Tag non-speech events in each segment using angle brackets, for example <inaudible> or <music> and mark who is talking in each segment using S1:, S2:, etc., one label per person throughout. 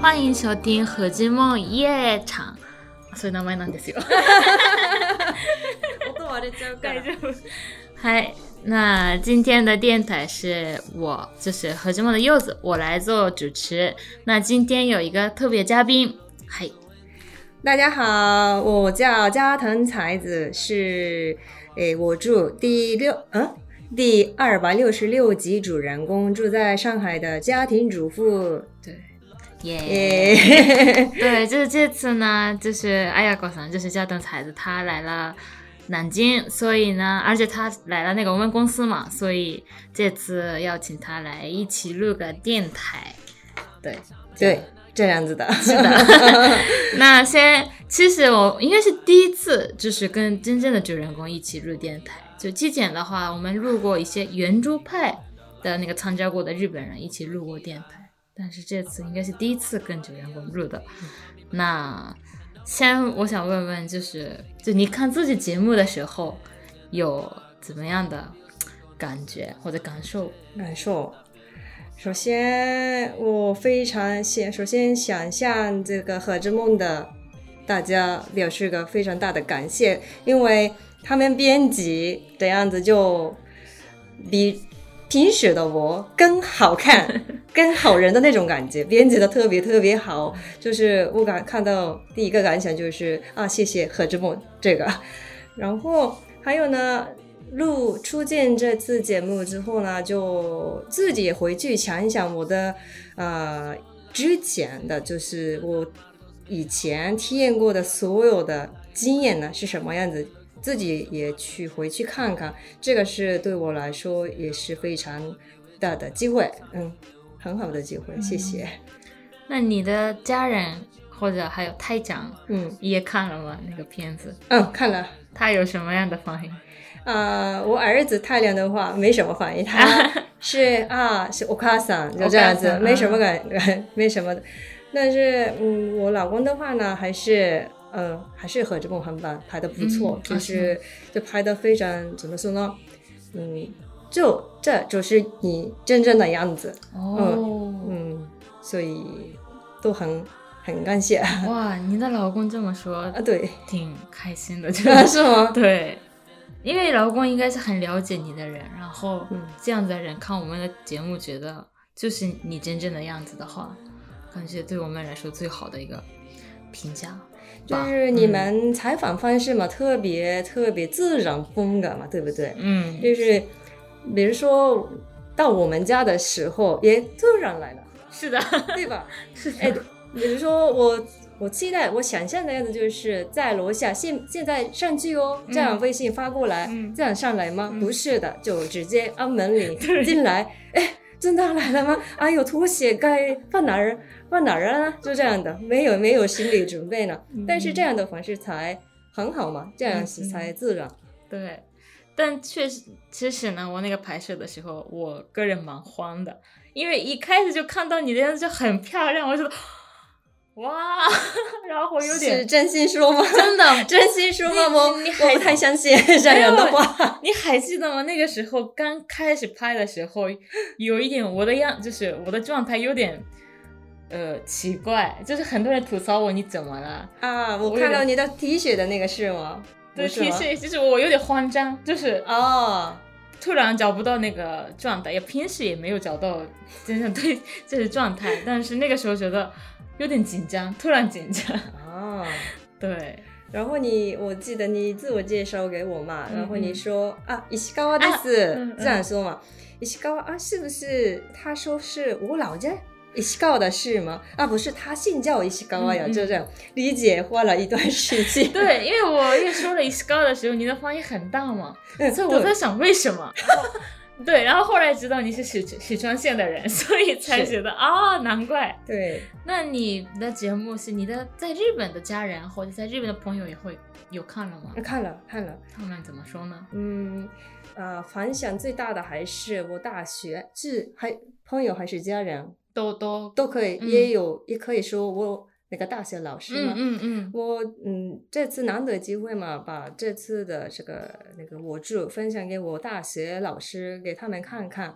S1: 欢迎收听《何之梦夜场》あ。そういう名前なんですよ。
S2: 音割れちゃうから。
S1: 夫。嗨，那今天的电台是我，就是何之梦的柚子，我来做主持。那今天有一个特别嘉宾，嗨，
S2: 大家好，我叫加藤才子，是诶，我住第六嗯第二百六十六集主人公，住在上海的家庭主妇。对，
S1: 耶、
S2: 耶， <laughs>
S1: 对，就是这次呢，就是哎呀，高桑，就是加藤彩子，他来了南京，所以呢，而且他来了那个我们公司嘛，所以这次要请他来一起录个电台。对，
S2: 对，这样子的， <laughs>
S1: 是
S2: 是
S1: 的。 <laughs> 那先，其实我应该是第一次，就是跟真正的主人公一起录电台。就纪检的话，我们录过一些圆桌派的那个参加过的日本人一起录过电台，但是这次应该是第一次跟主人公录的。那先我想问问，就是就你看自己节目的时候有怎么样的感觉或者感受？
S2: 感受。首先，我非常先，首先想向这个何之梦的大家表示个非常大的感谢，因为他们编辑的样子就比平时的我更好看、更好人的那种感觉，编辑的特别特别好。就是我感看到第一个感想就是啊，谢谢何之梦这个，然后还有呢，录初见这次节目之后呢，就自己回去想一想我的呃之前的，就是我以前体验过的所有的经验呢是什么样子，自己也去回去看看，这个是对我来说也是非常大的机会，嗯，很好的机会，谢谢，
S1: 那你的家人或者还有太长
S2: 嗯
S1: 也看了吗？那个片子？
S2: 嗯，看了。
S1: 他有什么样的反应？
S2: 啊，我儿子太亮的话没什么反应，
S1: <laughs>
S2: 他是啊是 o k a s a 就这样
S1: お母
S2: 子
S1: さ，ん
S2: 没什么感，没什么的。但是嗯，我老公的话呢，还是呃还是和这梦很棒，拍的不错
S1: 嗯，
S2: 就
S1: 啊
S2: 是就拍的非常怎么说呢？嗯，就这就是你真正的样子，
S1: 哦，
S2: 嗯，所以都很很感谢啊，
S1: 哇，你的老公这么说，
S2: 对， <laughs>
S1: 挺开心的，就是是
S2: 是吗？
S1: 对，因为老公应该是很了解你的人，然后
S2: 嗯
S1: 这样子的人看我们的节目，觉得就是你真正的样子的话，感觉对我们来说最好的一个评价。
S2: 就
S1: 吧嗯
S2: 是你们采访方式嘛，特别特别自然风格嘛，对不对？
S1: 嗯，
S2: 就是比如说到我们家的时候，也突
S1: <laughs>
S2: 然来了，
S1: 是的，
S2: 对吧？
S1: 是的，
S2: 哎，比如说我。我期待我想象的样子就是在楼下，现现在上去哦，这样微信发过来，
S1: 嗯
S2: 这样上来吗？
S1: 嗯
S2: 不是的，就直接按
S1: <laughs>
S2: 门铃进来。哎，真的来了吗？哎呦，拖鞋该放哪儿？放哪儿啊？就这样的，没有没有心理准备呢。但是这样的方式才很好嘛，这样
S1: 嗯
S2: 是才自然。
S1: 对，但确实，其实呢，我那个拍摄的时候，我个人蛮慌的，因为一开始就看到你的样子就很漂亮，我就觉得哇， <laughs> 然后我有
S2: 是
S1: 点
S2: 真心说吗？
S1: 真的，
S2: <laughs> 真心说吗？我
S1: 你你还
S2: 我不太相信这样的话。
S1: 你还记得吗？那个时候刚开始拍的时候，有一点我的样，就是我的状态有点。呃，奇怪，就是很多人吐槽我，你怎么了？
S2: <laughs> 啊，
S1: 我
S2: 我
S1: 有
S2: 看
S1: 点
S2: 到你的 T 恤的那个是吗？
S1: 对，
S2: 不是
S1: 提
S2: 吗？
S1: 示就是我有点慌张，就是
S2: 哦，
S1: 突然找不到那个状态，也平时也没有找到真正对就是状态，但是那个时候觉得有点紧张，突然紧张。
S2: 哦。
S1: 对，
S2: 然后你，我记得你自我介绍给我嘛，
S1: 嗯
S2: 然后你说啊，石川です，
S1: 嗯嗯
S2: 这样说嘛，石川啊，是不是？他说是我老家石川的事吗？啊，不是，他姓叫石川呀，
S1: 嗯嗯
S2: 就这样理解花了一段时间。
S1: 对，因为我也说了 is 高的时候，你的反应很大嘛， <laughs>
S2: 嗯，
S1: 所以我
S2: 对
S1: 在想为什么。然后 <laughs> 对，然后后来知道你是许许川县的人，所以才
S2: 是
S1: 觉得啊、难怪。
S2: 对，
S1: 那你的节目是你的在日本的家人或者在日本的朋友也会有看了吗？
S2: 看了看了。
S1: 他们怎么说呢？
S2: 嗯，呃，反响最大的还是我大学是还朋友还是家人
S1: 都都
S2: 都可以，
S1: 嗯
S2: 也有也可以说我那个大学老师
S1: 嗯
S2: 嘛。
S1: 嗯嗯
S2: 我嗯，这次难得机会嘛，把这次的这个那个我就分享给我大学老师，给他们看看，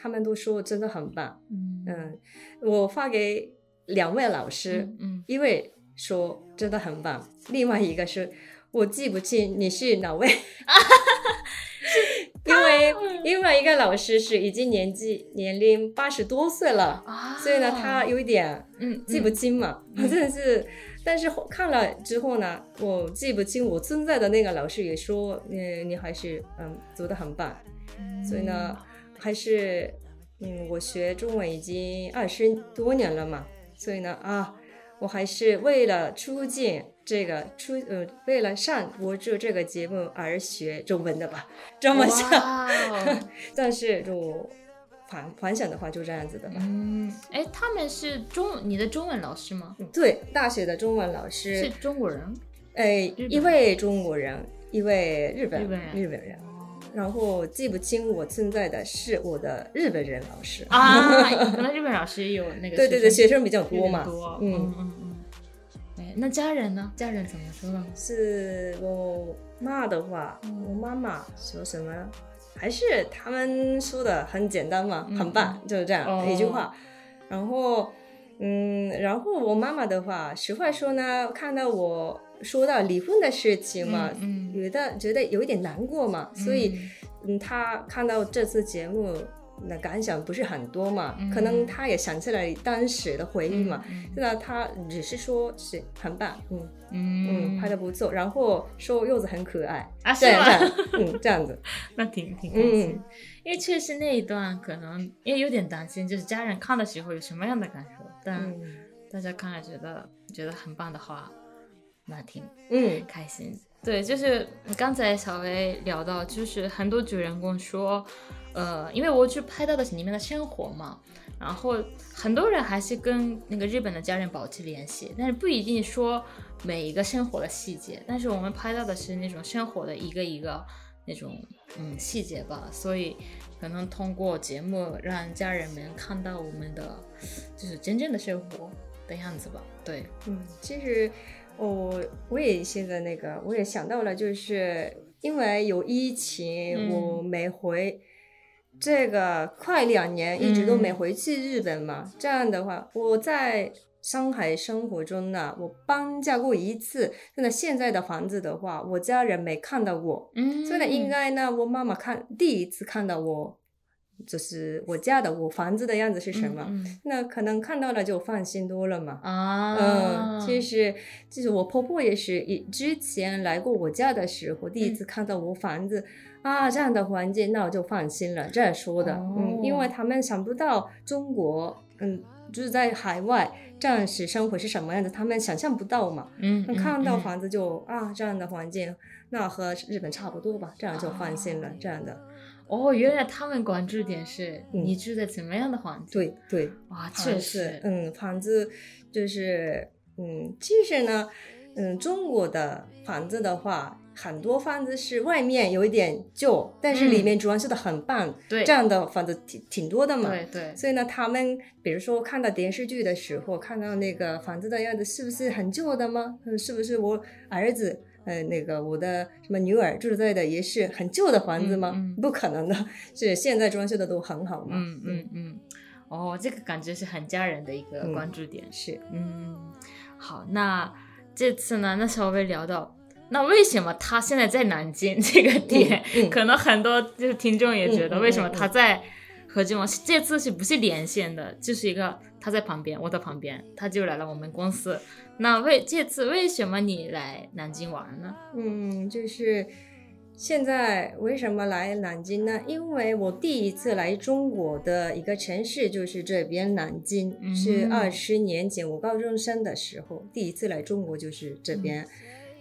S2: 他们都说真的很棒。
S1: 嗯
S2: 嗯，我发给两位老师，
S1: 嗯
S2: 一位说真的很棒，另外一个是我记不清你是
S1: <laughs>
S2: 哪位，因为另外一个老师是已经年纪年龄八十多岁了，
S1: 啊，
S2: 所以呢他有一点
S1: 嗯
S2: 记不清嘛，真的是。但是看了之后呢，我记不清我存在的那个老师也说，嗯，你还是嗯做的很棒，所以呢，
S1: 哦
S2: 还是嗯，我学中文已经二十多年了嘛，所以呢啊，我还是为了出镜这个出呃，为了上博主这个节目而学中文的吧，这么想。
S1: 哇哦
S2: <laughs> 但是就反反想的话，就这样子的吧。
S1: 嗯，哎，他们是中你的中文老师吗？
S2: 嗯对，大学的中文老师
S1: 是中国
S2: <laughs>
S1: 人。
S2: 哎，
S1: 本
S2: 一位中国人，一位日本
S1: 日本人哦
S2: 日本人。然后记不清我现在的是我的日本人老师，
S1: 啊，可能日本老师有那个
S2: 对对对，学生比较
S1: 有
S2: 多
S1: 点
S2: 嘛，
S1: 多，嗯
S2: 嗯，
S1: 嗯嗯。哎，那家人呢？家人怎么说呢？
S2: 是我妈的话，
S1: 嗯
S2: 我妈妈说什么，还是他们说的很简单嘛，
S1: 嗯
S2: 很棒，就是这样、
S1: 哦
S2: 一句话。然后，嗯，然后我妈妈的话，实话说呢，看到我说到离婚的事情嘛，
S1: 嗯，嗯
S2: 觉得觉得有一点难过嘛，所以。嗯，他看到这次节目的感想不是很多嘛，
S1: 嗯
S2: 可能他也想起来当时的回忆嘛。
S1: 嗯
S2: 那他只是说是很棒，嗯
S1: 嗯
S2: 嗯，拍的不错，然后说柚子很可爱，
S1: 啊
S2: 这
S1: 是
S2: 样这
S1: 吗？ <laughs>
S2: 样，嗯，这样子，
S1: 那挺挺开心，
S2: 嗯，
S1: 因为确实那一段可能也有点担心，就是家人看的时候有什么样的感受，但
S2: 嗯
S1: 大家看了觉得觉得很棒的话，那挺
S2: 嗯
S1: 开心。对，就是刚才小薇聊到，就是很多主人公说，呃，因为我去拍到的是里面的生活嘛，然后很多人还是跟那个日本的家人保持联系，但是不一定说每一个生活的细节，但是我们拍到的是那种生活的一个一个那种嗯细节吧，所以可能通过节目让家人们看到我们的就是真正的生活的样子吧。对，
S2: 嗯，其实我我也现在那个我也想到了，就是因为有疫情，
S1: 嗯
S2: 我没回。这个快两年一直都没回去日本嘛，
S1: 嗯
S2: 这样的话，我在上海生活中呢，我搬家过一次。那现在的房子的话，我家人没看到我，
S1: 嗯，
S2: 所以呢，应该呢，我妈妈看第一次看到我，就是我家的我房子的样子是什么，
S1: 嗯嗯
S2: 那可能看到了就放心多了嘛。
S1: 啊，
S2: 嗯，其实就是我婆婆也是一之前来过我家的时候，第一次看到我房子、啊这样的环境，那我就放心了。这样说的，
S1: 哦
S2: 嗯，因为他们想不到中国，嗯，就是在海外暂时生活是什么样的，他们想象不到嘛。
S1: 嗯，
S2: 那
S1: 嗯
S2: 看到
S1: 嗯
S2: 房子就、啊这样的环境，那和日本差不多吧，这样就放心了。
S1: 哦
S2: 这样的，
S1: 哦，原来他们关注点是
S2: 嗯
S1: 你住在怎么样的环境？，
S2: 对对。
S1: 哇，确
S2: 房子
S1: 实，，
S2: 嗯，房子就是，嗯，其实呢，嗯，中国的房子的话，很多房子是外面有一点旧，但是里面装修的很棒，
S1: 嗯对，
S2: 这样的房子挺挺多的嘛。
S1: 对对，
S2: 所以呢，他们比如说看到电视剧的时候，看到那个房子的样子是不是很旧的吗？嗯，是不是我儿子，呃，那个我的什么女儿住在的也是很旧的房子吗？
S1: 嗯嗯
S2: 不可能的， <laughs> 是现在装修的都很好嘛。
S1: 嗯嗯嗯，哦，这个感觉是很家人的一个
S2: 嗯
S1: 关注点。
S2: 是，
S1: 嗯，好，那这次呢，那稍微聊到。那为什么他现在在南京这个点，
S2: 嗯
S1: 可能很多就是听众也觉
S2: 嗯
S1: 得，
S2: 嗯
S1: 为什么
S2: 嗯
S1: 他在和这种这次是不是连线的？就是一个他在旁边，我在旁边，他就来了我们公司。那为这次为什么你来南京玩呢？
S2: 嗯，就是现在为什么来南京呢？因为我第一次来中国的一个城市就是这边南京，是
S1: 嗯
S2: 二十年前我高中生的时候第一次来中国就是
S1: 嗯
S2: 这边，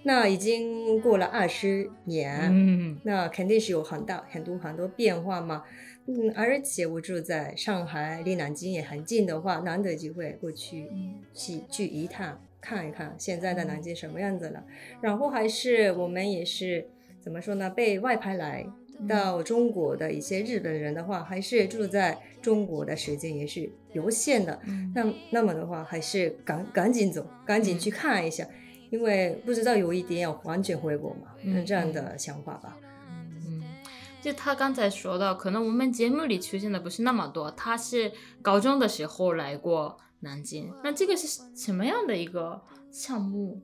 S2: 那已经过了二十年。
S1: 嗯
S2: 那肯定是有很大很多很多变化嘛，嗯，而且我住在上海，离南京也很近的话，难得机会过去去去一趟，看一看现在
S1: 嗯
S2: 的南京什么样子了。然后还是我们也是怎么说呢？被外派来
S1: 嗯
S2: 到中国的一些日本人的话，还是住在中国的时间也是有限的。
S1: 嗯
S2: 那那么的话，还是赶赶紧走，赶紧去看一下，因为不知道有一点要完全回国嘛，
S1: 嗯
S2: 那这样的想法吧。
S1: 嗯，就他刚才说到，可能我们节目里出现的不是那么多，他是高中的时候来过南京。那这个是什么样的一个项目？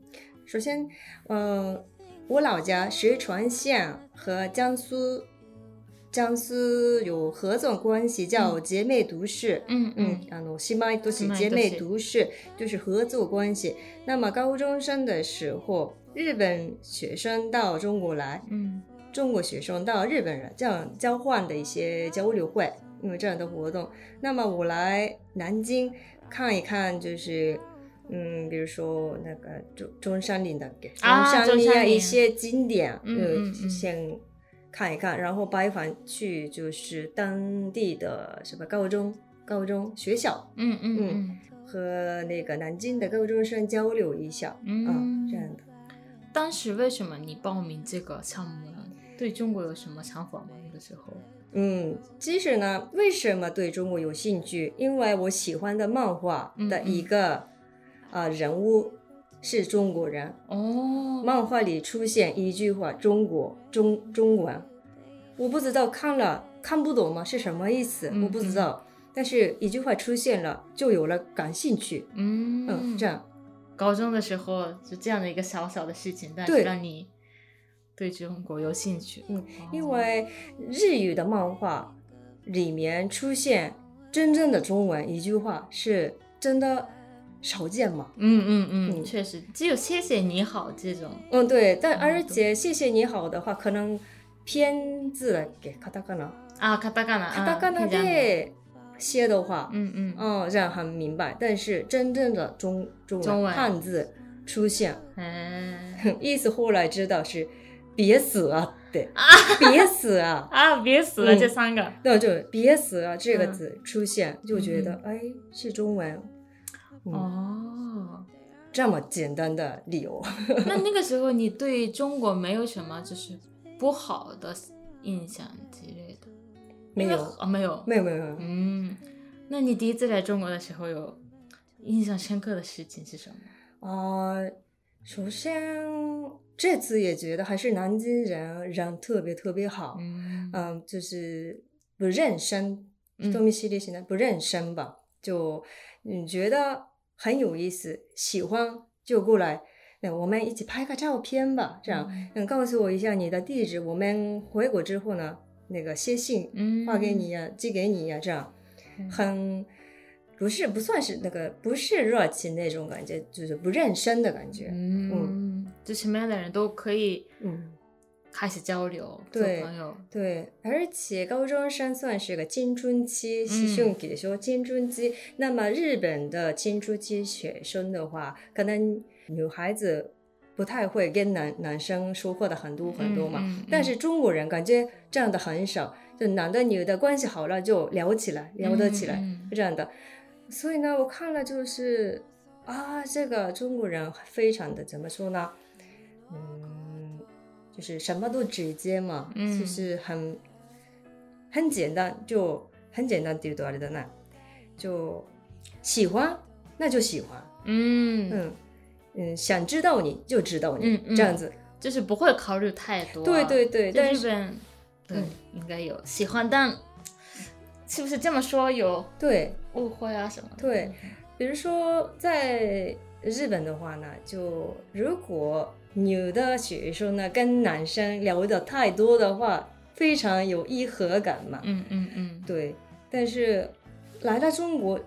S2: 首先，嗯、我老家石川县和江苏江苏有合作关系，叫姐妹都市。
S1: 嗯
S2: 嗯
S1: 嗯，
S2: あの姉妹都
S1: 姉
S2: 是
S1: 妹都
S2: 姐
S1: 是
S2: 妹都市，就是合作关系。那么高中生的时候，日本学生到中国来，
S1: 嗯
S2: 中国学生到日本人这样交换的一些交流会，因为这样的活动。那么我来南京看一看，就是嗯，比如说那个中中山陵的，中
S1: 啊
S2: 山
S1: 中山
S2: 陵
S1: 陵
S2: 一些景点，
S1: 嗯嗯嗯
S2: 先看一看，然后拜访去就是当地的什么高中、高中学校
S1: 嗯嗯嗯
S2: 嗯和那个南京的高中生交流一下，
S1: 嗯
S2: 嗯，这样的。
S1: 当时为什么你报名这个项目呢？对中国有什么想法吗？那个时候？
S2: 嗯，其实呢，为什么对中国有兴趣？因为我喜欢的漫画
S1: 嗯
S2: 的一个啊、呃人物是中国人，
S1: 哦，
S2: 漫画里出现一句话“中国中中文”，我不知道看了看不懂吗？是什么意思？
S1: 嗯
S2: 我不知道，但是一句话出现了，就有了感兴趣。
S1: 嗯
S2: 嗯，这样
S1: 高中的时候就这样的一个小小的事情，但是
S2: 对
S1: 让你对中国有兴趣。
S2: 嗯
S1: 哦，
S2: 因为日语的漫画里面出现真正的中文一句话，是真的少见嘛？
S1: 嗯嗯嗯，
S2: 嗯
S1: 确实，只有谢谢你好这种。
S2: 嗯，对，但
S1: 嗯
S2: 而
S1: 对
S2: 且谢谢你好的话，可能偏字的给卡达卡纳，
S1: 啊，カタカナ，
S2: 卡达卡
S1: 啊
S2: 纳
S1: 听见没
S2: で写的话，
S1: 嗯嗯，
S2: 嗯，这样很明白。但是真正的中中文
S1: 中文
S2: 汉字出现， <laughs>
S1: 哎
S2: 意思后来知道是别死啊，
S1: <laughs>
S2: 对，别死啊，
S1: 啊，别死了
S2: 嗯
S1: 这三个，
S2: 那就别死啊这个
S1: 嗯
S2: 字出现，就觉得
S1: 嗯
S2: 哎是中文，嗯 <laughs>
S1: 哦，
S2: 这么简单的
S1: <laughs>
S2: 理由。
S1: 那那个时候你对中国没有什么就是不好的印象之类的，
S2: 没
S1: 因为
S2: 有，
S1: 啊，没有，
S2: 没有，没有，没有。
S1: 嗯，那你第一次来中国的时候有印象深刻的事情是什么？
S2: 啊、首先这次也觉得还是南京人人特别特别好，嗯、
S1: 嗯
S2: 就是不认生，
S1: 嗯
S2: 东西类型的不认生吧，就你觉得很有意思，喜欢就过来，那我们一起拍个照片吧，这样，
S1: 嗯
S2: 嗯，告诉我一下你的地址，我们回国之后呢，那个写信
S1: 嗯，
S2: 发给你呀、寄给你呀、这样
S1: 嗯
S2: 很不是不算是那个不是热情那种感觉，就是不认生的感觉。
S1: 嗯，就什么样的人都可以
S2: 嗯，
S1: 开始交流，做
S2: 对
S1: 朋友，
S2: 对，而且高中生算是个青春期，
S1: 嗯
S2: 兄弟说青春期。那么日本的青春期学生的话，可能女孩子不太会跟男男生说话的很多很多嘛。
S1: 嗯，嗯
S2: 但是中国人感觉这样的很少，就男的女的关系好了就聊起来，聊得起来、
S1: 嗯嗯
S2: 这样的。所以呢，我看了就是啊，这个中国人非常的怎么说呢？嗯，就是什么都直接嘛，
S1: 嗯
S2: 就是很很简单，就很简单って言うとあれだな，就喜欢那就喜欢，
S1: 嗯，
S2: 嗯嗯，想知道你就知道你、
S1: 嗯嗯
S2: 这样子，
S1: 就是不会考虑太多，啊
S2: 对对对，
S1: 就
S2: 但
S1: 日
S2: 是
S1: 本，对
S2: 嗯，
S1: 应该有喜欢，但是不是这么说有
S2: 对。
S1: 误会啊什么的？
S2: 对，比如说在日本的话呢，就如果女的学生呢跟男生聊的太多的话，非常有违和感嘛。
S1: 嗯嗯嗯
S2: 对，但是来到中国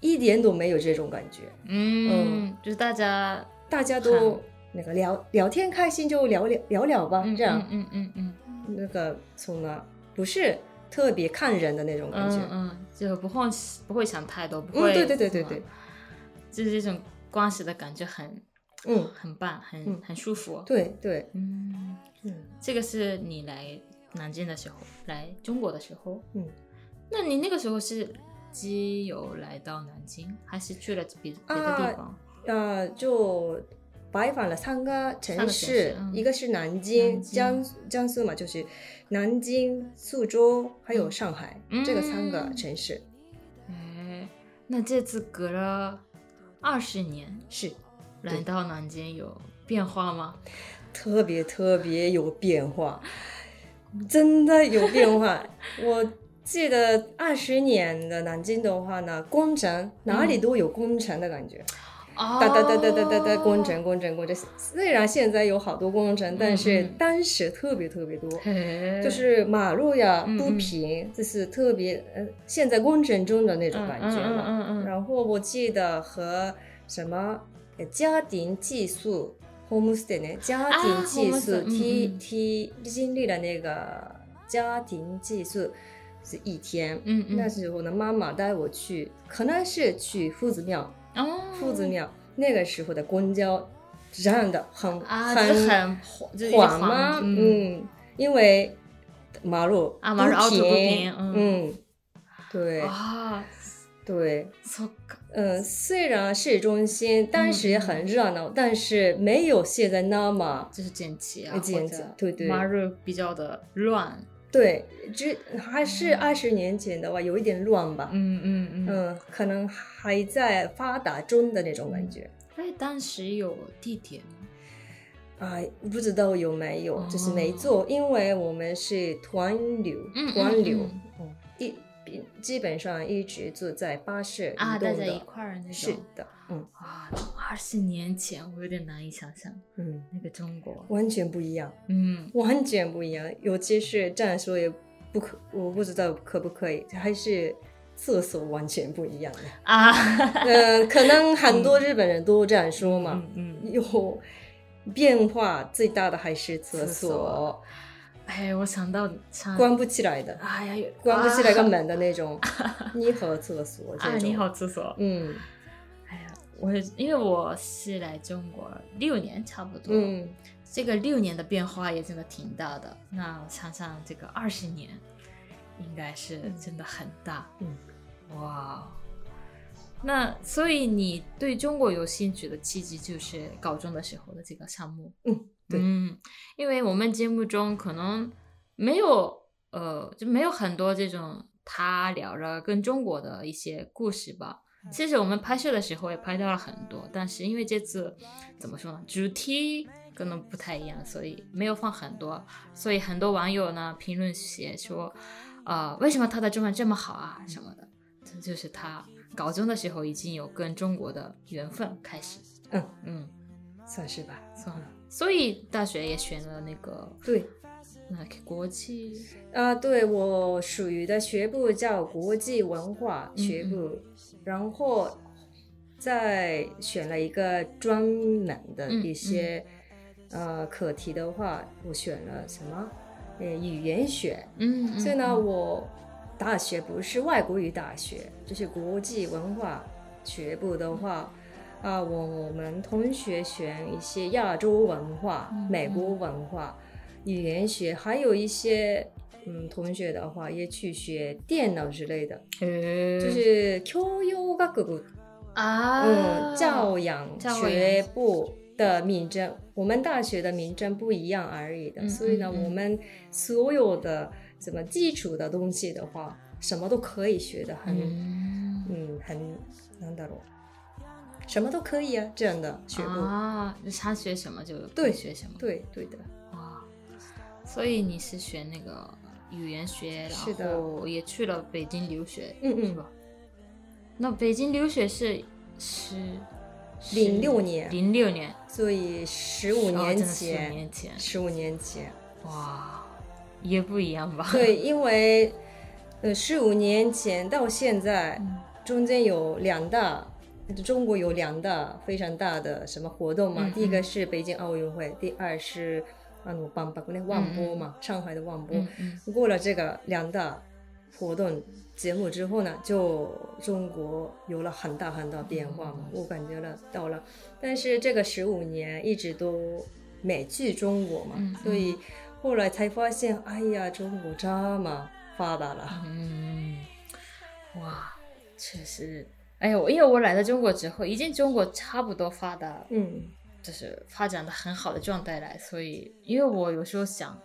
S2: 一点都没有这种感觉，
S1: 嗯，就是大家
S2: 大
S1: 好
S2: 家都那个聊聊天开心就聊聊聊聊吧，
S1: 嗯
S2: 这样、
S1: 嗯嗯嗯嗯
S2: 那个从呢不是特别看人的那种感觉。
S1: 嗯嗯，就不会不会想太多，不
S2: 嗯
S1: 会，
S2: 对对对对
S1: 嗯
S2: 对，
S1: 就是这种关系的感觉很
S2: 嗯，
S1: 很棒，很、
S2: 嗯
S1: 很舒服。
S2: 对对，
S1: 嗯，
S2: 嗯。
S1: 这个是你来南京的时候，来中国的时候。
S2: 嗯，
S1: 那你那个时候是基友来到南京，还是去了别别的地方？
S2: 呃，就拜访了三个
S1: 三
S2: 城
S1: 个城市
S2: 市，
S1: 嗯
S2: 一个是南京、
S1: 南京
S2: 江江苏嘛，就是南京、苏州还有上海、
S1: 嗯
S2: 这个三个城市。
S1: 哎，那这次隔了二十年
S2: 是
S1: 来到南京有变化吗？
S2: 特
S1: <laughs>
S2: 别特别有变化，真的有变化。我记得二十年的南京的话呢，工程哪里都有工程的感觉，
S1: 哦，
S2: 哒哒哒哒哒哒哒，工程工程工程。虽然现在有好多工程，但是
S1: 嗯
S2: 当时特别特别多。
S1: 嘿，
S2: 就是马路呀
S1: 嗯
S2: 不平，就是特别呃，现在工程中的那种
S1: 嗯
S2: 感觉嘛。
S1: 嗯嗯嗯嗯
S2: 然后我记得和什么呃家庭寄宿 homestay 呢？家庭寄宿
S1: 啊 homestay，
S2: ，T
S1: 嗯嗯
S2: T 经历了那个家庭寄宿是一天。
S1: 嗯嗯，
S2: 那时候呢，妈妈带我去，可能是去夫子庙，
S1: 哦，
S2: 夫子庙、那个时候的公交站的很、
S1: 啊，就
S2: 很
S1: 是很缓，就是一个
S2: 缓吗？
S1: 嗯，
S2: 嗯，因为马路
S1: 啊马路凹凸不平嗯
S2: 嗯，对
S1: 啊，
S2: 对，
S1: そっか。
S2: 嗯，虽然市中心当时
S1: 嗯
S2: 也很热闹，但是没有现在那么
S1: 就是剪辑啊，
S2: 呃剪辑
S1: 或者
S2: 对对
S1: 马路比较的乱，
S2: 对，只还是二十年前的话，有一点乱吧。
S1: 嗯嗯嗯。
S2: 嗯，可能还在发达中的那种感觉
S1: 哎，当时有地铁吗？
S2: 嗯啊，不知道有没有，就是没
S1: 哦
S2: 做，因为我们是团流
S1: 嗯，
S2: 团流，
S1: 嗯
S2: 一比基本上一直坐在巴士移
S1: 啊，大
S2: 动
S1: 家
S2: 的，
S1: 一块儿那种。
S2: 是的，嗯
S1: 啊，二十年前我有点难以想象
S2: 嗯，
S1: 那个中国。
S2: 完全不一样，
S1: 嗯
S2: 完全不一样，尤其是站说也不可，我不知道可不可以，还是厕所完全不一样的，
S1: <laughs> 啊，
S2: 嗯、可能很多日本人都这样说嘛，
S1: 嗯嗯。
S2: 有变化最大的还是厕所，
S1: 厕所 <laughs> 嗯哎，我想到想，
S2: 关不起来的，
S1: 哎呀，
S2: 关不起来个
S1: 啊
S2: 门的那种，
S1: <laughs>
S2: 你好厕所这种，
S1: 啊！你好，厕所。
S2: 嗯
S1: 哎呀，我因为我是来中国六年差不多，
S2: 嗯
S1: 这个六年的变化也真的挺大的。那我想想，这个二十年，应该是真的很大。
S2: 嗯，
S1: 哇，哦那所以你对中国有兴趣的契机就是高中的时候的这个项目。
S2: 嗯，对
S1: 嗯，因为我们节目中可能没有呃，就没有很多这种他聊了跟中国的一些故事吧。其实我们拍摄的时候也拍到了很多，但是因为这次怎么说呢，主题可能不太一样，所以没有放很多。所以很多网友呢评论写说，呃，为什么他的中文这么好啊什么的，这就是他高中的时候已经有跟中国的缘分开始。
S2: 嗯，
S1: 嗯，
S2: 算是吧，
S1: 算了。所以大学也选了那个
S2: 对。
S1: 那个国际，
S2: 啊，对我属于的学部叫国际文化学部，
S1: 嗯
S2: 然后再选了一个专门的
S1: 嗯
S2: 一些、呃课题的话，我选了什么？呃，语言学。
S1: 嗯，嗯
S2: 所以呢，
S1: 嗯
S2: 我大学不是外国语大学，就是国际文化学部的话。啊，我我们同学选一些亚洲文化、
S1: 嗯
S2: 美国文化、语言学，还有一些嗯同学的话也去学电脑之类的，
S1: 嘿
S2: 就是教育学部，
S1: 嗯啊，
S2: 嗯，教养
S1: 教
S2: 学部的名称，我们大学的名称不一样而已的，
S1: 嗯
S2: 所以呢，
S1: 嗯嗯
S2: 我们所有的怎么基础的东西的话，什么都可以学的，很
S1: 嗯，
S2: 嗯很なんだろう，什么都可以啊，这样的学部，
S1: 啊，就他学什么就
S2: 对
S1: 学什么，
S2: 对对的，
S1: 哇，所以你是学那个语言学，
S2: 是的
S1: 然后也去了北京留学，
S2: 嗯嗯
S1: 是吧？那北京留学是是
S2: 06年
S1: 零六年，
S2: 所以十五
S1: 哦
S2: 年
S1: 真的是五
S2: 前，
S1: 年前，
S2: 十五年前，
S1: 哇，也不一样吧？
S2: <laughs> 对，因为呃十五年前到现在，
S1: 嗯
S2: 中间有两大，中国有两大非常大的什么活动嘛？
S1: 嗯嗯
S2: 第一个是北京奥运会，第二是啊，我帮把那万博嘛，上海的万博。
S1: 嗯嗯
S2: 过了这个两大活动节目之后呢，就中国有了很大很大变化
S1: 嗯
S2: 嘛，我感觉了到了。但是这个十五年一直都美剧中国嘛，
S1: 嗯嗯
S2: 所以后来才发现，哎呀，中国这么发达了。
S1: 嗯，哇，确实，哎呦，因为我来到中国之后，已经中国差不多发达，
S2: 嗯
S1: 就是发展的很好的状态来，所以因为我有时候想，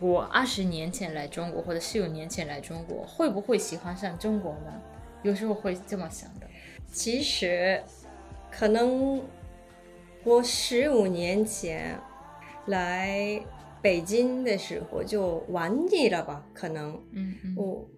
S1: 我二十年前来中国，或者十五年前来中国，会不会喜欢上中国呢？有时候会这么想的。
S2: 其实，可能我十五年前来北京的时候就玩腻了吧？可能
S1: 嗯嗯
S2: 我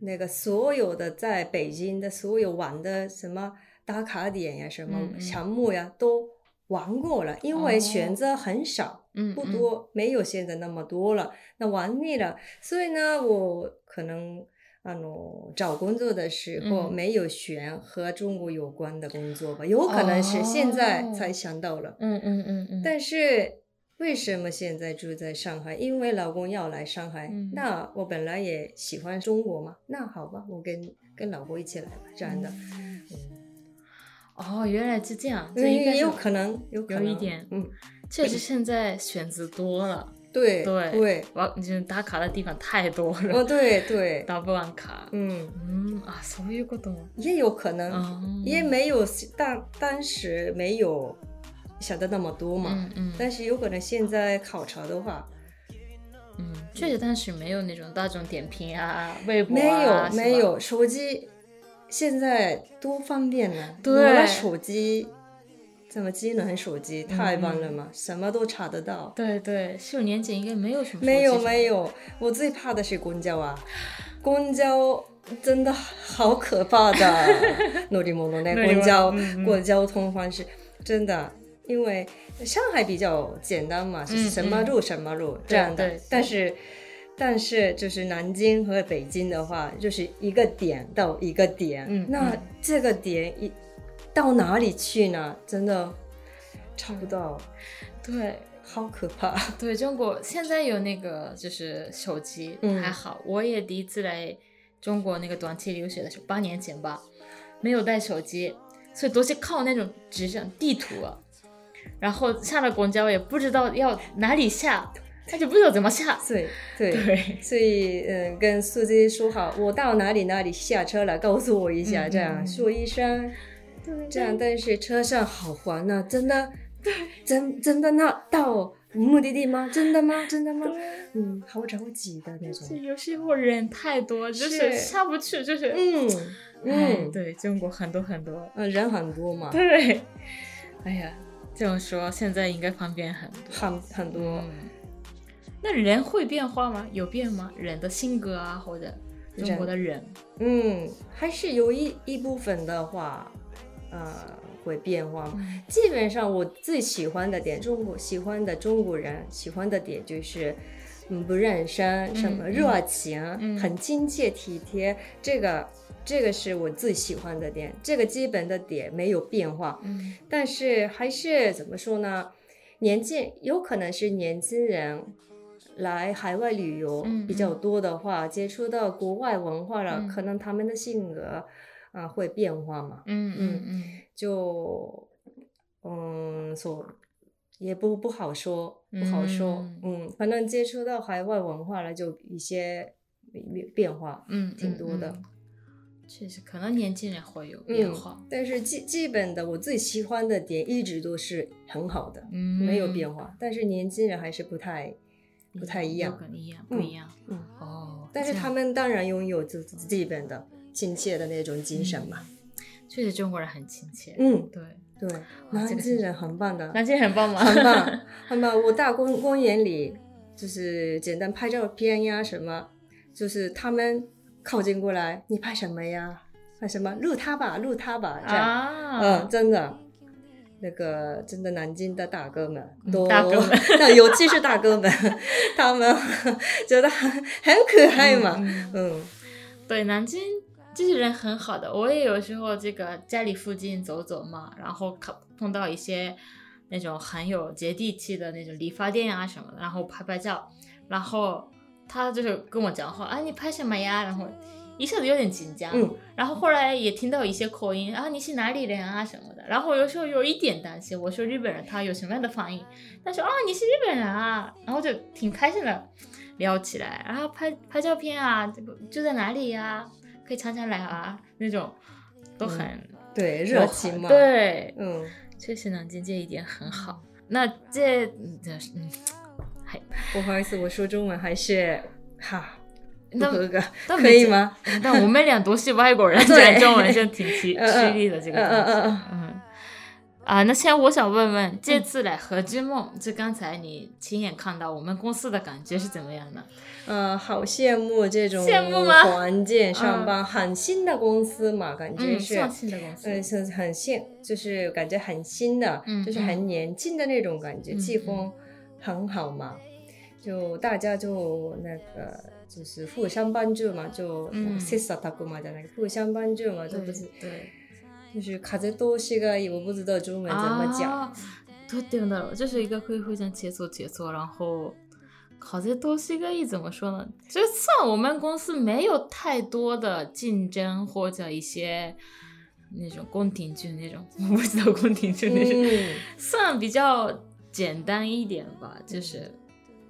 S2: 那个所有的在北京的所有玩的什么打卡点呀、什
S1: 嗯
S2: 么
S1: 嗯
S2: 项目呀，都玩过了，因
S1: 哦
S2: 为选择很少，
S1: 嗯，
S2: 不
S1: 嗯，
S2: 多，没有现在那么多了，那玩腻了，所以呢，我可能。啊，喏，找工作的时候
S1: 嗯
S2: 没有选和中国有关的工作吧，有可能是现在
S1: 哦
S2: 才想到了。
S1: 嗯嗯嗯嗯，
S2: 但是为什么现在住在上海？因为老公要来上海。
S1: 嗯
S2: 那我本来也喜欢中国嘛，那好吧，我跟跟老婆一起来吧，这样的。
S1: 嗯哦，原来是这样，这
S2: 因为
S1: 应该
S2: 嗯也
S1: 是
S2: 有可能，有可能
S1: 有一点
S2: 嗯，
S1: 确实现在选择多了，
S2: 对
S1: 对
S2: 对，
S1: 哇，就是打卡的地方太多了，
S2: 哦对对，
S1: 打不完卡。
S2: 嗯，
S1: 嗯啊，そういうこと。
S2: 也有可能，
S1: 哦，
S2: 嗯也没有当当时没有想的那么多嘛。
S1: 嗯嗯
S2: 但是有可能现在考察的话，
S1: 嗯，确实当时没有那种大众点评啊、微博
S2: 没有、
S1: 啊，是吧
S2: 没。有手机，现在多方便呢。
S1: 对
S2: 有了手机，怎么智能手机太棒了嘛，
S1: 嗯
S2: 什么都查得到。
S1: 对对，十五年前应该没有什么。
S2: 没有没。有，我最怕的是公交啊，公交真的好可
S1: <laughs>
S2: 怕的，乗り物ね，
S1: 乗り物
S2: 公交
S1: 嗯嗯
S2: 过交通方式真的。因为上海比较简单嘛，就是什么路什么路这样的
S1: 嗯对对，
S2: 但是但是就是南京和北京的话，就是一个点到一个点，
S1: 嗯
S2: 那
S1: 嗯
S2: 这个点一到哪里去呢？真的查不到，
S1: 对
S2: 好可怕。 <laughs>
S1: 对，中国现在有那个就是手机，
S2: 嗯
S1: 还好。我也第一次来中国那个短期留学的时候，八年前吧，没有带手机，所以都是靠那种纸上地图啊。然后下了公交也不知道要哪里下，他就不知道怎么下。
S2: 对对。
S1: 对，
S2: 所以，嗯，跟司机说好，我到哪里哪里下车了，告诉我一下，
S1: 嗯
S2: 这样
S1: 嗯
S2: 说一声，这样。但是车上好烦呐、真的， <laughs> 真真的那到目的地吗？真的吗？真的吗？嗯，好着急的那
S1: 这
S2: 种。
S1: 有时候人太多，就是
S2: 是
S1: 下不去，就是
S2: 嗯
S1: 哎
S2: 嗯，
S1: 对，中国很多很多，
S2: 嗯，人很多嘛，
S1: 对，哎呀，这样说现在应该方便很多。
S2: 很很多。
S1: 嗯，那人会变化吗？有变吗？人的性格啊，或者中国的人，
S2: 嗯，还是有一一部分的话，呃，会变化嘛。
S1: 嗯
S2: 基本上我最喜欢的点，中国喜欢的中国人喜欢的点就是，嗯，不认生，什么
S1: 嗯
S2: 热情，
S1: 嗯
S2: 很亲切体贴，这个这个是我最喜欢的点，这个基本的点没有变化，
S1: 嗯
S2: 但是还是怎么说呢？年轻有可能是年轻人来海外旅游
S1: 嗯
S2: 比较多的话，接触到国外文化了，
S1: 嗯
S2: 可能他们的性格啊、会变化嘛。
S1: 嗯嗯
S2: 嗯
S1: 嗯
S2: 就嗯，所也不不好说，不好说，嗯反正接触到海外文化了，就一些变变化，
S1: 嗯，
S2: 挺多的
S1: 嗯。嗯确实，可能年轻人会有变化，
S2: 但是基基本的我最喜欢的点一直都是很好的，
S1: 嗯，
S2: 没有变化，但是年轻人还是不太
S1: 嗯，
S2: 不太一
S1: 有
S2: 样，
S1: 可能一样，不一样。
S2: 嗯，
S1: 哦，
S2: 但是
S1: 这样
S2: 他们当然拥有自自基本的亲切的那种精
S1: 嗯
S2: 神嘛，
S1: 确实中国人很亲切，
S2: 嗯，
S1: 对，这
S2: 对，
S1: 个
S2: 南京
S1: 是
S2: 人很棒的，
S1: 南京很棒吗？
S2: 很
S1: <laughs>
S2: 棒，很棒。我大公公园里就是简单拍照片呀什么，就是他们靠近过来，你拍什么呀？拍什么？录他吧，录他吧，这样。
S1: 啊，
S2: 嗯，真的，那个真的南京的大哥们
S1: 嗯
S2: 都，
S1: 大哥
S2: <laughs>
S1: 们
S2: 那尤其是大哥们， <laughs> 他们觉得很很可爱嘛。
S1: 嗯
S2: 嗯
S1: 对，南京就是人很好的。我也有时候这个家里附近走走嘛，然后看碰到一些那种很有接地气的那种理发店啊什么的，然后拍拍照，然后他就是跟我讲话啊，你拍什么呀？然后一下子有点紧张，
S2: 嗯
S1: 然后后来也听到一些口音啊，你是哪里人啊什么的，然后我有时候有一点担心，我说日本人他有什么样的反应？他说啊你是日本人啊，然后就挺开心的聊起来，然后拍拍照片啊，这个住在哪里呀、可以常常来啊那种，都很、
S2: 对，
S1: 都
S2: 热
S1: 很
S2: 情嘛。，
S1: 对，
S2: 嗯，
S1: 确实南京这一点很好。那这嗯这嗯，还
S2: 不好意思，我说中文还是哈不
S1: 那
S2: 合格，
S1: 那
S2: 可以吗？
S1: 嗯但 <laughs> 我们俩都是外国人，
S2: 对
S1: <laughs> 讲中文是挺吃
S2: 嗯嗯
S1: 吃力的这个
S2: 嗯嗯
S1: 东西。
S2: 嗯
S1: 嗯，啊、那现在我想问问，这次来和之梦，就刚才你亲眼看到我们公司的感觉是怎么样的？
S2: 呃，好羡慕这种
S1: 羡慕吗
S2: 环境上班，很新的公司嘛，感觉
S1: 嗯，
S2: 是，
S1: 上新的公司，
S2: 呃，是很新，就是感觉很新的，
S1: 嗯
S2: 就是很年轻的那种感觉，
S1: 嗯
S2: 气氛很好嘛，就大家就那个就是互相帮助嘛，就
S1: 嗯
S2: 切磋琢磨的那个互相帮助嘛，就不是
S1: 对对。
S2: 就是卡在多是个，我不知道中文怎么讲，
S1: 啊どうやって言うんだろう。就是一个会互相切磋切磋，然后好在多西个意怎么说呢？就算我们公司没有太多的竞争或者一些那种宫廷剧那种， <laughs> 我不知道宫廷剧那种，
S2: 嗯。
S1: 算比较简单一点吧。就是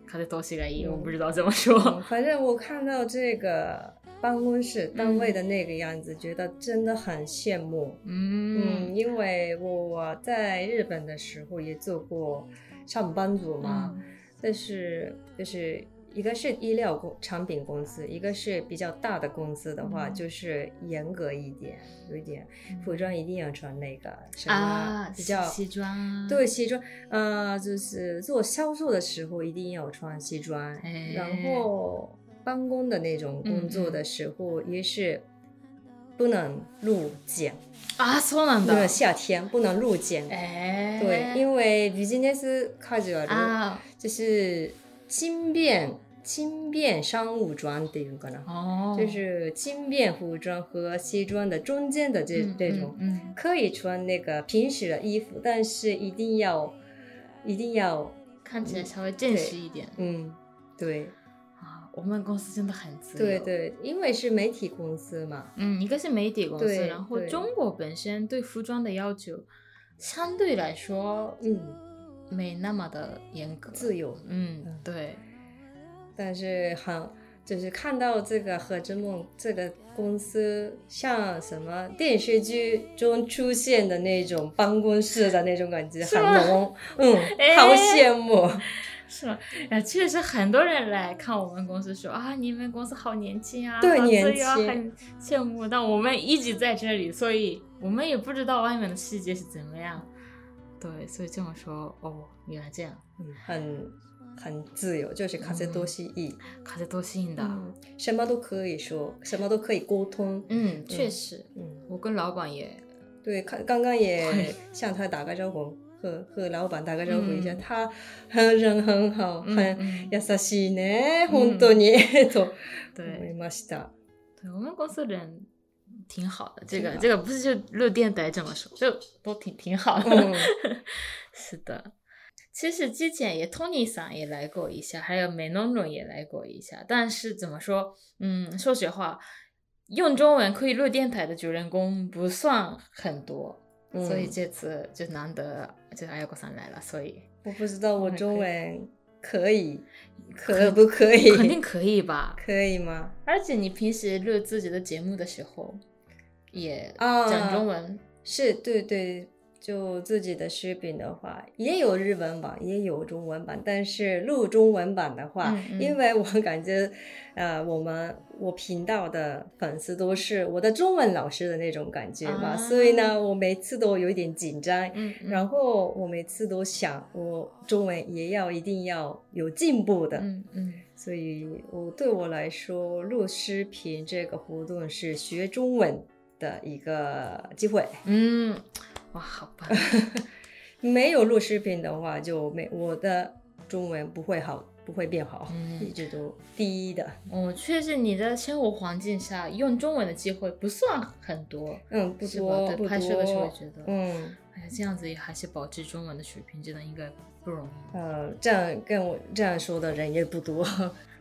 S1: 卡在多西个意，
S2: 嗯
S1: 我不知道怎么说。
S2: 嗯反正我看到这个办公室单位的那个样子，觉得真的很羡慕。
S1: 嗯
S2: 嗯，因为我在日本的时候也做过上班族嘛，
S1: 嗯
S2: 但是就是一个是医疗公产品公司，一个是比较大的公司的话，
S1: 嗯
S2: 就是严格一点，有一点
S1: 嗯
S2: 服装一定要穿那个什么
S1: 啊，
S2: 比较。
S1: 西装啊，
S2: 对西装，呃，就是做销售的时候一定要穿西装，
S1: 哎
S2: 然后办公的那种工
S1: 嗯
S2: 作的时候也是不能露肩，
S1: 啊，そうなん
S2: 那个
S1: だ。
S2: 夏天不能露肩。
S1: 哎，
S2: 对，因为 business casual、
S1: 啊，
S2: 就是轻便轻便商务装っていうかな，
S1: 哦，
S2: 就是轻便服装和西装的中间的这、这种。
S1: 嗯，嗯
S2: 可以穿那个平时的衣服，但是一定要，一定要，
S1: 嗯看起来稍微正式一点
S2: 嗯，对
S1: 啊。我们公司真的很自由，
S2: 对，对，因为是媒体公司嘛，
S1: 嗯，一个是媒体公司，
S2: 对
S1: 然后
S2: 对
S1: 中国本身对服装的要求相对来说
S2: 嗯，
S1: 没那么的严格，
S2: 自由，
S1: 嗯
S2: 嗯，
S1: 对，
S2: 但是很就是看到这个何之梦这个公司像什么电视剧中出现的那种办公室的那种感觉，
S1: 是
S2: 很
S1: 吗
S2: 浓，嗯，
S1: <laughs> 哎
S2: 好羡慕，
S1: 是吗？啊，确实很多人来看我们公司说啊，你们公司好年轻啊，
S2: 对
S1: 好自由啊
S2: 年轻
S1: 很羡慕。但我们一直在这里，所以我们也不知道外面的世界是怎么样。对，所以这么说，哦，原来这样，
S2: 嗯很很自由，就是卡塞多西伊。
S1: 卡在多吸引的，
S2: 嗯，什么都可以说，什么都可以沟通。
S1: 嗯，确实，
S2: 嗯，
S1: 我跟老板也
S2: 对，看刚刚也
S1: 对
S2: <laughs> 向他打个招呼，和和老板打个招呼一下，
S1: 嗯
S2: 他 <laughs> 很人很好，
S1: 嗯
S2: 很
S1: 嗯
S2: 優しいね、
S1: 嗯
S2: 本当に、と思
S1: 对
S2: いました。
S1: 对，我们公司人挺好的，这
S2: 挺
S1: 个
S2: 好
S1: 这个不是就录电台这么说，就都挺挺好的。
S2: 嗯
S1: 是的，其实之前也 Tony 桑也来过一下，还有 Menono 也来过一下，但是怎么说，嗯，说实话，用中文可以录电台的主人公不算很多，
S2: 嗯
S1: 所以这次就难得就是阿雅哥桑来了，所
S2: <laughs>
S1: 以
S2: 我不知道我中文可以，
S1: 可
S2: 可不可以？
S1: 肯
S2: <laughs>
S1: 定可以吧。
S2: 可以吗？
S1: 而且你平时录自己的节目的时候，也
S2: 啊
S1: 讲中文，
S2: 是对对，就自己的视频的话，也有日文版，也有中文版，但是录中文版的话，
S1: 嗯嗯
S2: 因为我感觉，呃，我们我频道的粉丝都是我的中文老师的那种感觉嘛，
S1: 啊
S2: 所以呢，我每次都有一点紧张。
S1: 嗯，嗯
S2: 然后我每次都想，我中文也要一定要有进步的，
S1: 嗯嗯
S2: 所以我对我来说，录视频这个活动是学中文的一个机会。
S1: 嗯，哇，好吧，
S2: 没有录视频的话，就没我的中文不会好，不会变好，
S1: 嗯
S2: 一直都第一的。
S1: 我哦确实你的生活环境下用中文的机会不算很多，
S2: 嗯，不
S1: 是吧
S2: 多
S1: 对
S2: 不
S1: 拍摄的时候也
S2: 多。
S1: 觉得，
S2: 嗯，
S1: 哎呀，这样子也还是保持中文的水平，真的应该不容易。
S2: 呃，这样跟我这样说的人也不多。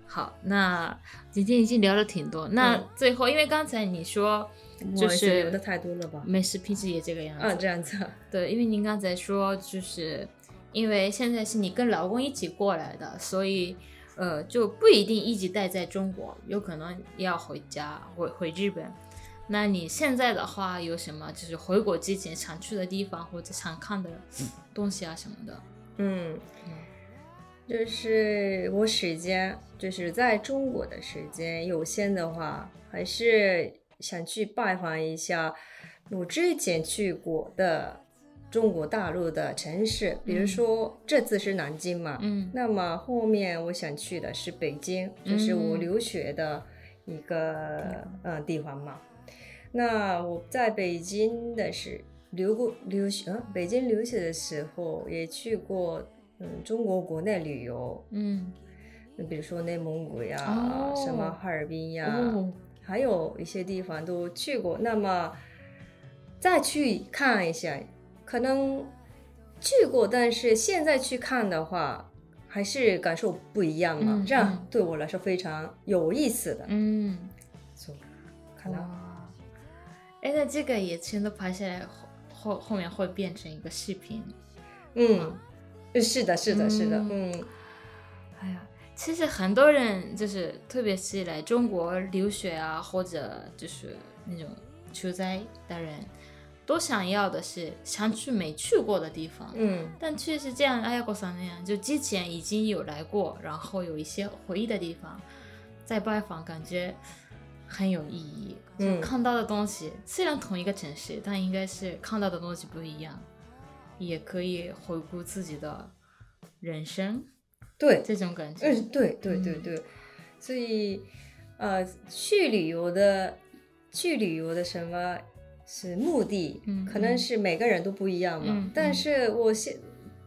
S1: 好，那今天已经聊了挺多，那
S2: 嗯
S1: 最后，因为刚才你说就
S2: 我已经
S1: 是嗯
S2: 留的太多了吧？
S1: 美食平时也这个样子，
S2: 啊，这样子啊。
S1: 对，因为您刚才说，就是因为现在是你跟老公一起过来的，所以呃就不一定一直待在中国，有可能要回家回回日本。那你现在的话有什么就是回国之前想去的地方或者想看的东西啊什么的？
S2: 嗯，就是我时间，就是在中国的时间有限的话，还是想去拜访一下我之前去过的中国大陆的城市，比如说这次是南京嘛，
S1: 嗯
S2: 那么后面我想去的是北京，这是我
S1: 嗯
S2: 留学的一个、呃地方嘛。那我在北京的是留过留学、呃北京留学的时候也去过，嗯，中国国内旅游，
S1: 嗯，
S2: 比如说内蒙古呀，
S1: 哦
S2: 什么哈尔滨呀，
S1: 哦，
S2: 还有一些地方都去过。那么再去看一下，可能去过，但是现在去看的话，还是感受不一样嘛。
S1: 嗯
S2: 这样
S1: 嗯
S2: 对我来说非常有意思的。
S1: 嗯，
S2: 所以可能
S1: 哇，哎，那这个也全都拍下来，后后后面会变成一个视频。
S2: 嗯，是的，是的，是的，
S1: 嗯
S2: 嗯
S1: 哎呀，其实很多人就是，特别是来中国留学啊，或者就是那种求灾的人，都想要的是想去没去过的地方。
S2: 嗯
S1: 但确实这样，哎呀，国桑那样，就之前已经有来过，然后有一些回忆的地方，再拜访感觉很有意义。就
S2: 嗯
S1: 看到的东西、虽然同一个城市，但应该是看到的东西不一样，也可以回顾自己的人生
S2: 对，
S1: 这种感觉。
S2: 嗯，对对对
S1: 嗯
S2: 对，所以呃，去旅游的去旅游的什么是目的，
S1: 嗯
S2: 可能
S1: 嗯
S2: 是每个人都不一样嘛。
S1: 嗯
S2: 但
S1: 嗯
S2: 是我现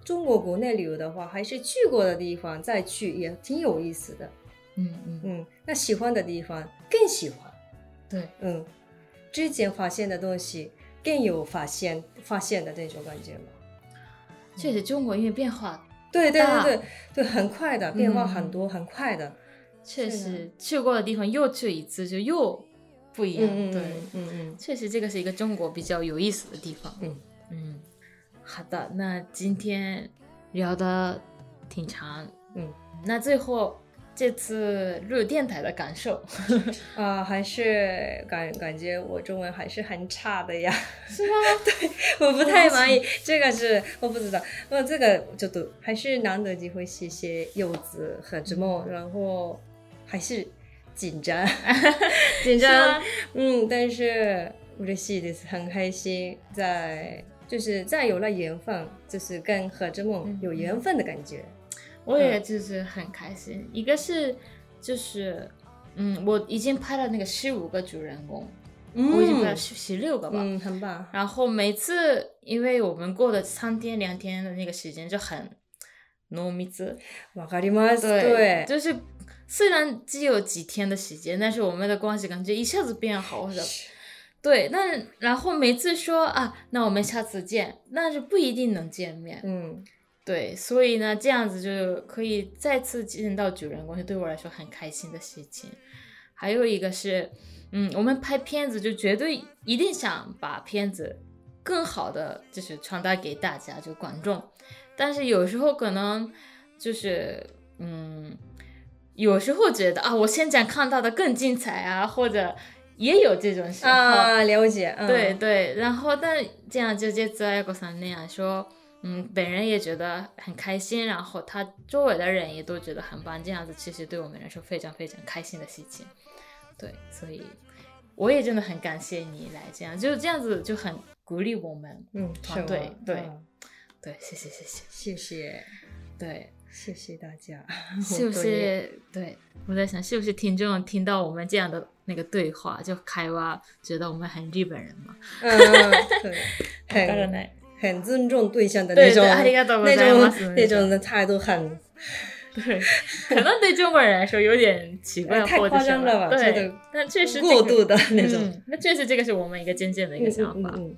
S2: 中国国内旅游的话，还是去过的地方再去也挺有意思的。
S1: 嗯嗯，
S2: 嗯，那喜欢的地方更喜欢。
S1: 对，
S2: 嗯，之前发现的东西更有发现发现的那种感觉嘛。
S1: 确
S2: 嗯
S1: 实中国因为变化，
S2: 对对
S1: 大
S2: 对对对，很快的变化很
S1: 嗯
S2: 多，很快的。
S1: 确
S2: 是
S1: 实去过的地方又去一次就又不一样。
S2: 嗯嗯
S1: 对，
S2: 嗯嗯嗯。
S1: 确实，这个是一个中国比较有意思的地方。
S2: 嗯
S1: 嗯，好的，那今天聊的挺长，
S2: 嗯，
S1: 那最后这次录电台的感受
S2: 啊、还是感感觉我中文还是很差的呀， <laughs>
S1: 是 <laughs> 吗？
S2: 我不太满意。这个是我不知道，那这个就都还是难得机会写写柚子和之梦，
S1: 嗯
S2: 然后还是
S1: <laughs>
S2: 紧张，紧张，嗯，但是嬉しいです，很开心，在就是再有了缘分，就是跟和之梦
S1: 嗯
S2: 有缘分的感觉，
S1: 我
S2: 嗯
S1: 也就是很开心，一个是就是。嗯，我已经拍了那个十五个主人公，
S2: 嗯
S1: 我已经拍了十十六个吧。
S2: 嗯，很棒，
S1: 然后每次，因为我们过的三天两天的那个时间就很浓密，
S2: わかります，
S1: 对，就是虽然只有几天的时间，但是我们的关系感觉一下子变好，或者对，那然后每次说啊，那我们下次见，但是不一定能见面，
S2: 嗯
S1: 对，所以呢，这样子就可以再次见到主人公，就对我来说很开心的事情。还有一个是，嗯，我们拍片子就绝对一定想把片子更好的就是传达给大家，就观众。但是有时候可能就是，嗯，有时候觉得啊，我现在看到的更精彩啊，或者也有这种时候。
S2: 啊，了解，嗯、
S1: 对对，然后但这样就这次爱国桑那样说，嗯，本人也觉得很开心，然后他周围的人也都觉得很棒，这样子其实对我们来说非常非常开心的事情。对，所以我也真的很感谢你来这样，就是这样子就很鼓励我们。
S2: 嗯，是
S1: 团队
S2: 吗
S1: 对
S2: 嗯
S1: 对，谢谢谢谢，
S2: 谢谢，
S1: 对， <laughs>
S2: 谢谢大家。
S1: 是不
S2: 我作业？
S1: 是？对，我在想是不是听众听到我们这样的那个对话就开挖，觉得我们很日本人嘛？
S2: 嗯，对，很
S1: 对
S2: 很尊重对象的那
S1: 对
S2: 种
S1: 对，啊ありがとうご
S2: 那
S1: ざいます
S2: 种那种的态度很，
S1: 对， <laughs> 可能对中国人来说有点奇怪，
S2: 哎太
S1: 或者
S2: 夸
S1: 什
S2: 张
S1: 么
S2: 了吧这
S1: 对
S2: 个，
S1: 但确实、这个、
S2: 过度的那种
S1: 嗯那确实这个是我们一个渐渐的一个想法。
S2: 嗯嗯嗯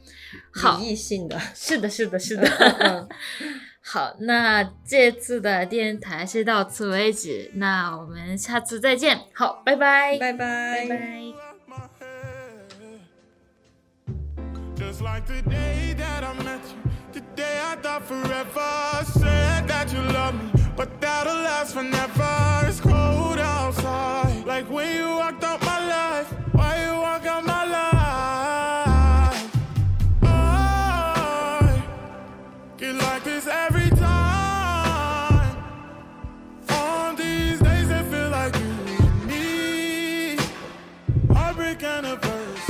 S1: 好
S2: 礼仪
S1: <laughs>
S2: 性的，
S1: 是的，是的，是
S2: 嗯
S1: 的。 <laughs> 好，那这次的电台是到此为止，那我们下次再见。好，拜拜，
S2: 拜
S1: 拜
S2: 拜。
S1: 拜。
S3: like my head. Just like the day that I met you, the day I thought forever. Said that you love me, but that'll last forever. It's cold outside, like when you walked out my life. Why you walk out my life? I get like this every time. On these days, I feel like you need me. Heartbreak anniversary.